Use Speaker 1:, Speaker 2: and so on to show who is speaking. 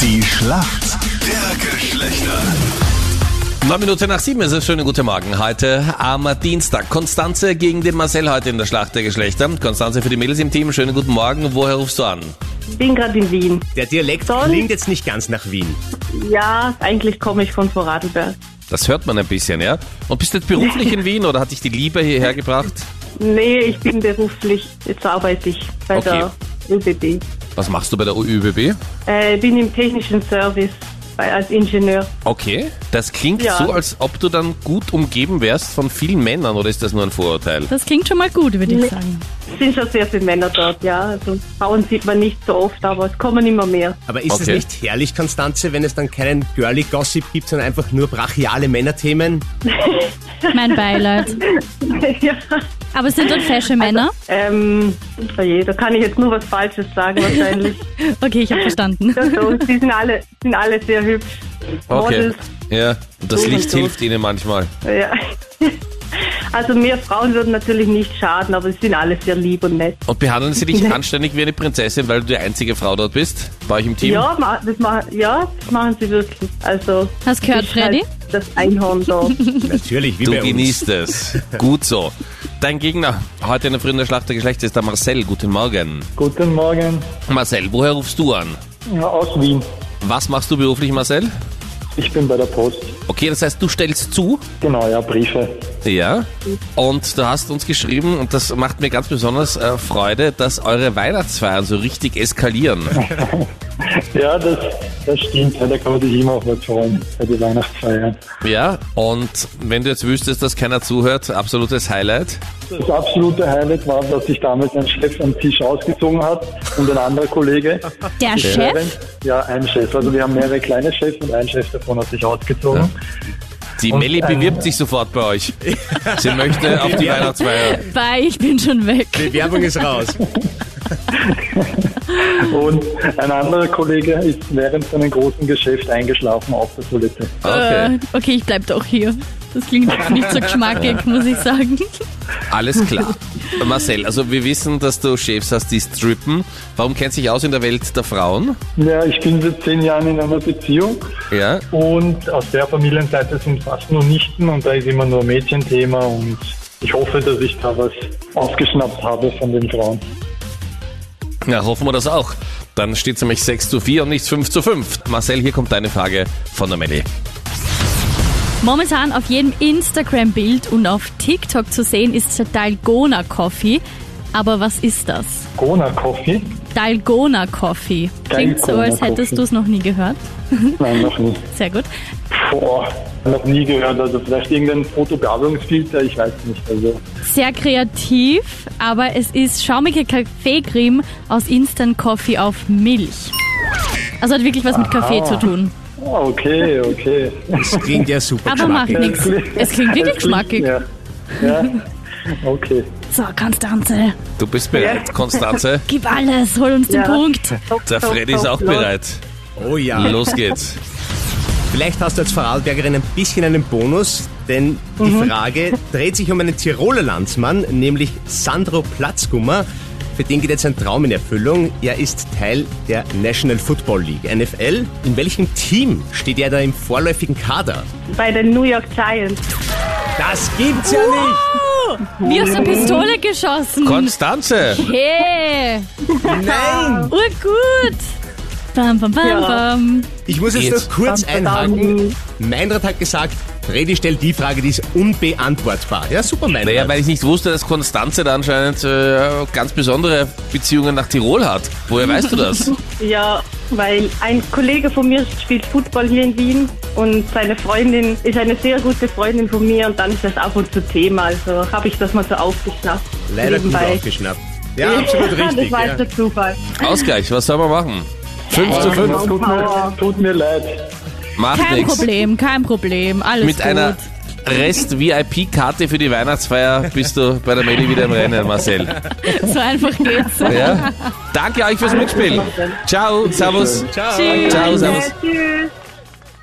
Speaker 1: Die Schlacht der Geschlechter.
Speaker 2: Neun Minuten nach sieben ist es. Schönen guten Morgen. Heute am Dienstag. Konstanze gegen den Marcel heute in der Schlacht der Geschlechter. Konstanze für die Mädels im Team. Schönen guten Morgen. Woher rufst du an?
Speaker 3: bin gerade in Wien.
Speaker 4: Der Dialekt
Speaker 3: Soll-
Speaker 4: klingt jetzt nicht ganz nach Wien.
Speaker 3: Ja, eigentlich komme ich von Vorarlberg.
Speaker 2: Das hört man ein bisschen, ja? Und bist du jetzt beruflich in Wien oder hat dich die Liebe hierher gebracht?
Speaker 3: Nee, ich bin beruflich, jetzt arbeite ich bei
Speaker 2: Okay.
Speaker 3: der ÖBB.
Speaker 2: Was machst du bei der ÖBB?
Speaker 3: Äh, bin im technischen Service bei, als Ingenieur.
Speaker 2: Okay. Das klingt
Speaker 3: Ja.
Speaker 2: so, als ob du dann gut umgeben wärst von vielen Männern oder ist das nur ein Vorurteil?
Speaker 5: Das klingt schon mal gut, würde ich sagen.
Speaker 3: Es sind schon sehr viele Männer dort, ja. Also Frauen sieht man nicht so oft, aber es kommen immer mehr.
Speaker 4: Aber ist es
Speaker 2: Okay.
Speaker 4: nicht herrlich, Konstanze, wenn es dann keinen Girly Gossip gibt, sondern einfach nur brachiale Männerthemen?
Speaker 5: Mein Beileid.
Speaker 3: ja.
Speaker 5: Aber es sind dann fesche Männer?
Speaker 3: Ähm, oje, da kann ich jetzt nur was Falsches sagen wahrscheinlich.
Speaker 5: Okay, ich habe verstanden.
Speaker 3: also, die sind alle, sind alle sehr hübsch.
Speaker 2: Okay.
Speaker 3: Models,
Speaker 2: Ja. Und das
Speaker 3: So
Speaker 2: Licht
Speaker 3: und so.
Speaker 2: hilft ihnen manchmal.
Speaker 3: ja. Also mehr Frauen würden natürlich nicht schaden, aber sie sind alle sehr lieb und nett.
Speaker 2: Und behandeln sie dich anständig wie eine Prinzessin, weil du die einzige Frau dort bist? Bei euch im Team?
Speaker 3: Ja, ma- das ma ja, das machen sie wirklich. Also,
Speaker 5: Hast gehört,
Speaker 3: ist halt
Speaker 5: Freddy?
Speaker 3: Das Einhorn da.
Speaker 4: Natürlich, wie
Speaker 2: Du
Speaker 4: bei uns.
Speaker 2: genießt es. Gut so. Dein Gegner heute in der frühen Schlacht der Geschlechter ist der Marcel. Guten Morgen.
Speaker 6: Guten Morgen
Speaker 2: Marcel, woher rufst du an?
Speaker 6: Ja, aus Wien.
Speaker 2: Was machst du beruflich, Marcel?
Speaker 6: Ich bin bei der Post.
Speaker 2: Okay, das heißt, du stellst zu.
Speaker 6: Genau, ja, Briefe.
Speaker 2: Ja. Und du hast uns geschrieben, und das macht mir ganz besonders äh, Freude, dass eure Weihnachtsfeiern so richtig eskalieren.
Speaker 6: Ja, das, das stimmt. Ja, da kann man sich immer auf was freuen bei den Weihnachtsfeiern.
Speaker 2: Ja. Und wenn du jetzt wüsstest, dass keiner zuhört, absolutes Highlight.
Speaker 6: Das absolute Highlight war, dass sich damals ein Chef am Tisch ausgezogen hat und ein anderer Kollege.
Speaker 5: Der Chef?
Speaker 6: Während- Ja, ein Chef. Also wir haben mehrere kleine Chefs und ein Chef davon hat sich ausgezogen.
Speaker 2: Die
Speaker 6: Und,
Speaker 2: Melli
Speaker 6: äh,
Speaker 2: bewirbt sich sofort bei euch. Sie möchte auf die Weihnachtsfeier.
Speaker 5: Bye, ich bin schon weg.
Speaker 4: Bewerbung ist raus.
Speaker 6: Und ein anderer Kollege ist während seinem großen Geschäft eingeschlafen auf der Toilette.
Speaker 2: Okay.
Speaker 5: Äh, okay, ich bleib doch hier. Das klingt jetzt nicht so geschmackig, muss ich sagen.
Speaker 2: Alles klar. Marcel, also wir wissen, dass du Chefs hast, die strippen. Warum kennst du dich aus in der Welt der Frauen?
Speaker 6: Ja, ich bin seit zehn Jahren in einer Beziehung
Speaker 2: Ja.
Speaker 6: Und aus der Familienseite sind fast nur Nichten und da ist immer nur Mädchenthema und ich hoffe, dass ich da was aufgeschnappt habe von den Frauen.
Speaker 2: Na, hoffen wir das auch. Dann steht es nämlich 6 zu 4 und nicht 5 zu 5. Marcel, hier kommt deine Frage von der Melli.
Speaker 5: Momentan auf jedem Instagram-Bild und auf TikTok zu sehen ist der Dalgona Coffee. Aber was ist das?
Speaker 6: Gona Coffee?
Speaker 5: Dalgona Coffee. Klingt so,
Speaker 6: Dalgona
Speaker 5: als hättest
Speaker 6: Coffee.
Speaker 5: du es noch nie gehört.
Speaker 6: Nein, noch nie.
Speaker 5: Sehr gut.
Speaker 6: Boah, noch nie gehört. Also vielleicht irgendein Fotobegabungsfilter, ich weiß nicht. Also
Speaker 5: Sehr kreativ, aber es ist schaumige Kaffeecreme aus Instant Coffee auf Milch. Also hat wirklich was mit Kaffee zu tun.
Speaker 6: okay, okay.
Speaker 4: Das klingt ja super
Speaker 5: Aber macht
Speaker 4: geschmackig.
Speaker 5: nichts. Es klingt wirklich geschmackig.
Speaker 6: Ja. ja. Okay.
Speaker 5: So, Konstanze,
Speaker 2: Du bist bereit, Konstanze.
Speaker 5: gib alles, hol uns den
Speaker 3: Ja.
Speaker 5: Punkt.
Speaker 2: Der Freddy ist auch bereit.
Speaker 4: Oh ja.
Speaker 2: Los geht's.
Speaker 4: Vielleicht hast du als Vorarlbergerin ein bisschen einen Bonus, denn die Frage dreht sich um einen Tiroler Landsmann, nämlich Sandro Platzgummer. Für den geht jetzt ein Traum in Erfüllung. Er ist Teil der National Football League, NFL. In welchem Team steht er da im vorläufigen Kader?
Speaker 3: Bei den New York Giants.
Speaker 4: Das gibt's ja nicht!
Speaker 5: Wie aus der Pistole geschossen.
Speaker 2: Konstanze!
Speaker 5: Hey,
Speaker 4: Nein!
Speaker 5: urgut. Bam, bam, bam,
Speaker 3: Ja.
Speaker 5: bam.
Speaker 4: Ich muss jetzt
Speaker 2: Jetzt.
Speaker 4: noch kurz einhaken. Meinrad hat gesagt, Redi stellt die Frage, die ist unbeantwortbar. Ja, super, Meinrad.
Speaker 2: Naja, weil ich nicht wusste, dass Konstanze da anscheinend äh, ganz besondere Beziehungen nach Tirol hat. Woher weißt du das?
Speaker 3: Ja, weil ein Kollege von mir spielt Football hier in Wien und seine Freundin ist eine sehr gute Freundin von mir und dann ist das ab und zu Thema. Also habe ich das mal so aufgeschnappt.
Speaker 4: Leider gut
Speaker 3: Nebenbei.
Speaker 4: aufgeschnappt. Ja, absolut
Speaker 3: das
Speaker 4: richtig.
Speaker 3: war
Speaker 4: Ja.
Speaker 3: jetzt der Zufall.
Speaker 2: Ausgleich, was soll man machen? 5 zu 5,
Speaker 6: Tut mir, tut mir leid.
Speaker 2: macht
Speaker 5: Kein
Speaker 2: nichts.
Speaker 5: Problem, kein Problem, alles
Speaker 2: Mit
Speaker 5: gut.
Speaker 2: einer Rest-VIP-Karte für die Weihnachtsfeier bist du bei der Melli wieder im Rennen, Marcel.
Speaker 5: so einfach geht's.
Speaker 2: Ja? Danke euch fürs Mitspielen. Ciao, Servus.
Speaker 5: Tschüss.
Speaker 2: Ciao, Servus.
Speaker 3: Äh, Tschüss.